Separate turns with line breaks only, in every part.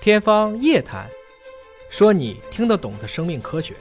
天方夜谭，说你听得懂的生命科学。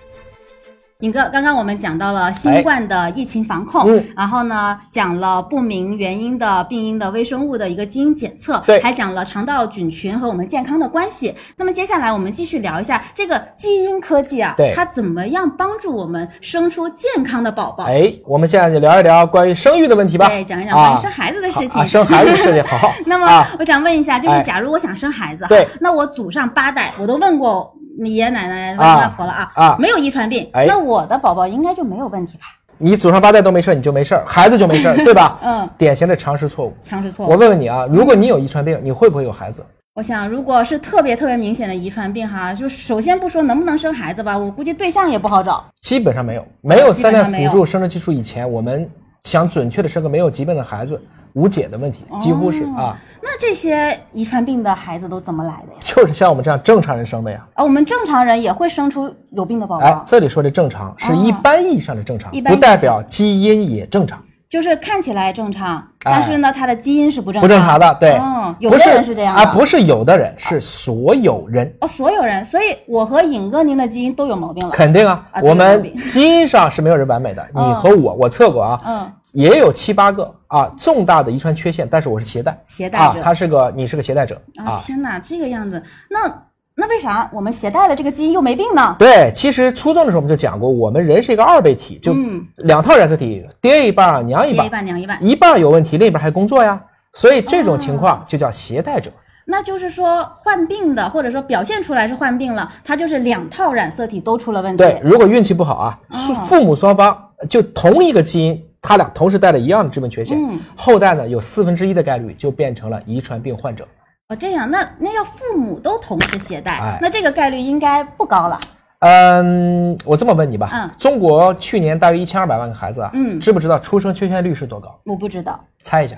尹哥，刚刚我们讲到了新冠的疫情防控，
哎嗯
然后呢，讲了不明原因的病因的微生物的一个基因检测，
对
还讲了肠道菌群和我们健康的关系。那么接下来我们继续聊一下这个基因科技啊，
对
它怎么样帮助我们生出健康的宝宝？
哎，我们现在就聊一聊关于生育的问题吧。
对，讲一讲关于生孩子的事
好
情。
啊，生孩子的事情， 好。
那么
啊
我想问一下，就是
哎
假如我想生孩子哈，
对
那我祖上八代我都问过你爷爷奶奶、外
啊
公外婆了啊，
啊
没有遗传病，
哎
那我的宝宝应该就没有问题吧？
你祖上八代都没事儿，你就没事儿，孩子就没事儿，对吧？
嗯，
典型的常识错误。
常识错误。
我问问你啊，如果你有遗传病，你会不会有孩子？
我想，如果是特别特别明显的遗传病哈，就首先不说能不能生孩子吧，我估计对象也不好找。
基本上没有，没有
基
三
本上
代
没有
辅助生殖技术以前，我们想准确的生个没有疾病的孩子，无解的问题，几乎是、
哦
啊，
那这些遗传病的孩子都怎么来的呀？
就是像我们这样正常人生的呀。
啊，我们正常人也会生出有病的宝宝，
哎，这里说的正常是哦一般意义上的正常，
一般意义
不代表基因也正常，
就是看起来正常，但是呢，他的基因是不正
哎不正常的，对，
嗯，有
不
的
是
人是这样的
啊，不是有的人，是所有人，
哦，所有人，所以我和尹哥您的基因都有毛病了。
肯定啊，
啊对
我
毛
们
病
基因上是没有人完美的，你
嗯
和我，我测过啊，
嗯，
也有七八个啊重大的遗传缺陷，但是我是携带，
携带
啊
者，
他是个你是个携带者
啊，天哪，这个样子，那那为啥我们携带的这个基因又没病呢？
对，其实初中的时候我们就讲过，我们人是一个二倍体，就
嗯
两套染色体，爹一半儿娘一
爹
半
一
儿，
半娘一半，
一半儿有问题，另一半儿还工作呀。所以
哦
这种情况就叫携带者。
那就是说患病的，或者说表现出来是患病了，他就是两套染色体都出了问题。
对，如果运气不好啊，是
哦
父母双方呃就同一个基因，他俩同时带了一样的致命缺陷
嗯，
后代呢有四分之一的概率就变成了遗传病患者。
哦，这样，那那要父母都同时携带，
哎
那这个概率应该不高了。
嗯，我这么问你吧，
嗯
中国去年大约一千二百万个孩子啊，
嗯
知不知道出生缺陷率是多高？
我不知道，
猜一下，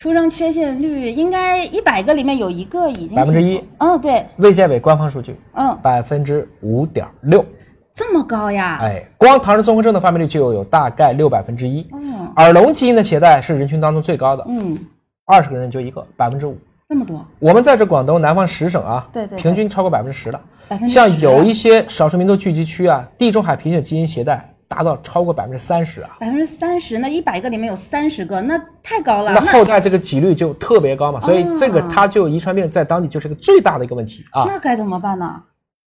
出生缺陷率应该一百个里面有一个已经
百分之一。
嗯，对，
卫健委官方数据，
嗯，
百分之五点六。
这么高呀？
哎，光唐氏综合症的发病率就有大概六百分之一。
嗯
耳聋基因的携带是人群当中最高的，
嗯，
二十个人就一个，百分之五。
这么多，
我们在这广东南方十省啊，
对对对
平均超过百分之十了。
百分之啊
像有一些少数民族聚集区啊，地中海贫血基因携带达到超过百分之三十啊，
百分之三十，那一百个里面有三十个，那太高了。
那后代这个几率就特别高嘛，所以这个
哦
它就遗传病在当地就是个最大的一个问题啊，
那该怎么办呢？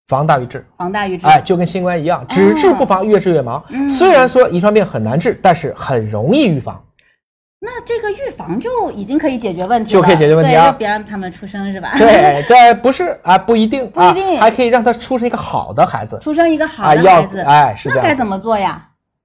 防大于治。
防大于治。
哎，就跟新冠一
啊
样，只治不防，越治越忙。
嗯
虽然说遗传病很难治，但是很容易预 防。
那这个预防就已经可以解决问题
就
了，
可以解决问题啊
对就别让他们出生是吧？，
对，这不是啊，不一定，
不一定
啊，还可以让他出生一个好的孩子
出生一个好
啊，
的
要
孩子，
哎是这
那该
样子。
怎么做呀？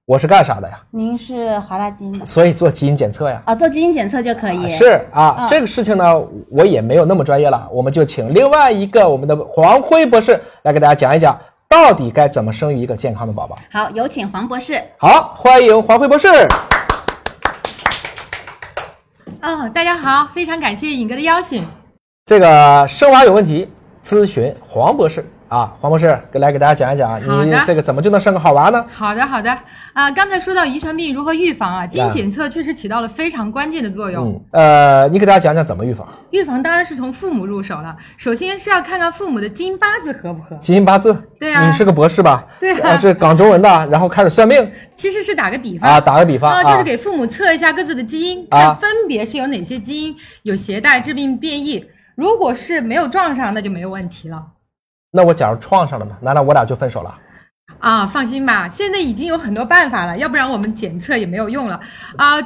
我是干啥的呀？
您是华大基因的
所以做基因检测呀。
啊，做基因检测就可以。
是啊
嗯，
这个事情呢，我也没有那么专业了，我们就请另外一个我们的黄辉博士来给大家讲一讲，到底该怎么生育一个健康的宝宝。
好，有请黄博士。
好，欢迎黄辉博士。
嗯，大家好，非常感谢尹哥的邀请。
这个生娃有问题，咨询黄博士啊，黄博士给来给大家讲一讲啊，
好
你
的
这个怎么就能生个好娃呢？
好的，好的。啊、刚才说到遗传病如何预防啊，基因检测确实起到了非常关键的作用。
嗯，呃，你给大家讲讲怎么预防
预防当然是从父母入手了，首先是要看看父母的基因八字合不合。
基因八字。
对啊
你是个博士吧？
对啊
呃是港中文的，然后开始算命
其实是打个比方
啊，打个比方
啊，就是
啊，
给父母测一下各自的基因，
啊
看分别是有哪些基因有携带、致病、变异。如果是没有撞上，那就没有问题了。
那我假如撞上了呢？难道我俩就分手了？
啊，放心吧，现在已经有很多办法了，要不然我们检测也没有用了啊。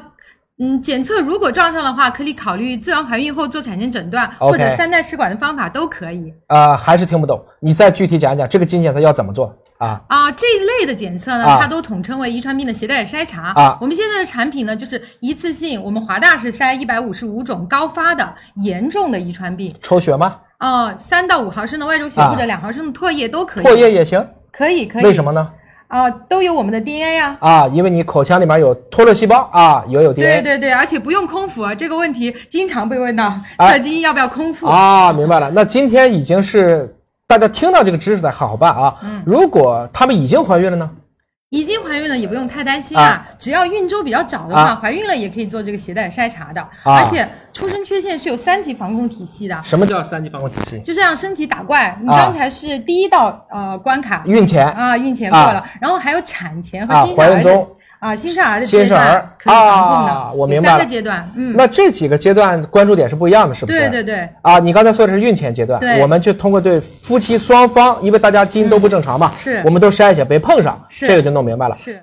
嗯，检测如果撞上的话，可以考虑自然怀孕后做产前诊断
OK
或者三代试管的方法都可以
啊，还是听不懂。你再具体讲一讲这个基因检测要怎么做啊？
啊。这一类的检测呢，
啊
它都统称为遗传病的携带者筛查
啊
我们现在的产品呢，就是一次性，我们华大是筛一百五十五种高发的严重的遗传病，
抽血吗？
哦、三到五毫升的外周血、
啊
或者两毫升的唾液都可以。
唾液也行？
可以可以。
为什么呢？
啊、都有我们的 DNA 呀、
啊，因为你口腔里面有脱落细胞啊，也有 DNA。
对对对，而且不用空腹啊，这个问题经常被问到，
哎
测基因要不要空腹？
啊，明白了。那今天已
嗯
经是大家听到这个知识的好伙伴啊，如果他们已经怀孕了呢？
已经怀孕了也不用太担心啊，只要孕周比较早的话，
啊
怀孕了也可以做这个携带筛查的。
啊
而且出生缺陷是有三级防控体系的，
什么叫三级防控体系？
就这样升级打怪。你
啊
刚才是第一道、呃关卡
孕前
啊，孕前过了，然后还有产前和
嗯啊
新生
怀
儿
孕
的
中
啊新生儿的
新
阶
生
段
儿
可以防控的，
啊我
有
明白
三
了
个阶段，嗯，
那这几个阶段关注点是不一样的，是不是？
对对对，
啊，你刚才说的是孕前阶段
对，嗯
我们就通过对夫妻双方，因为大家基因都不正常嘛，
是
我们都筛一下，别碰上，
是
这个就弄明白了。
是。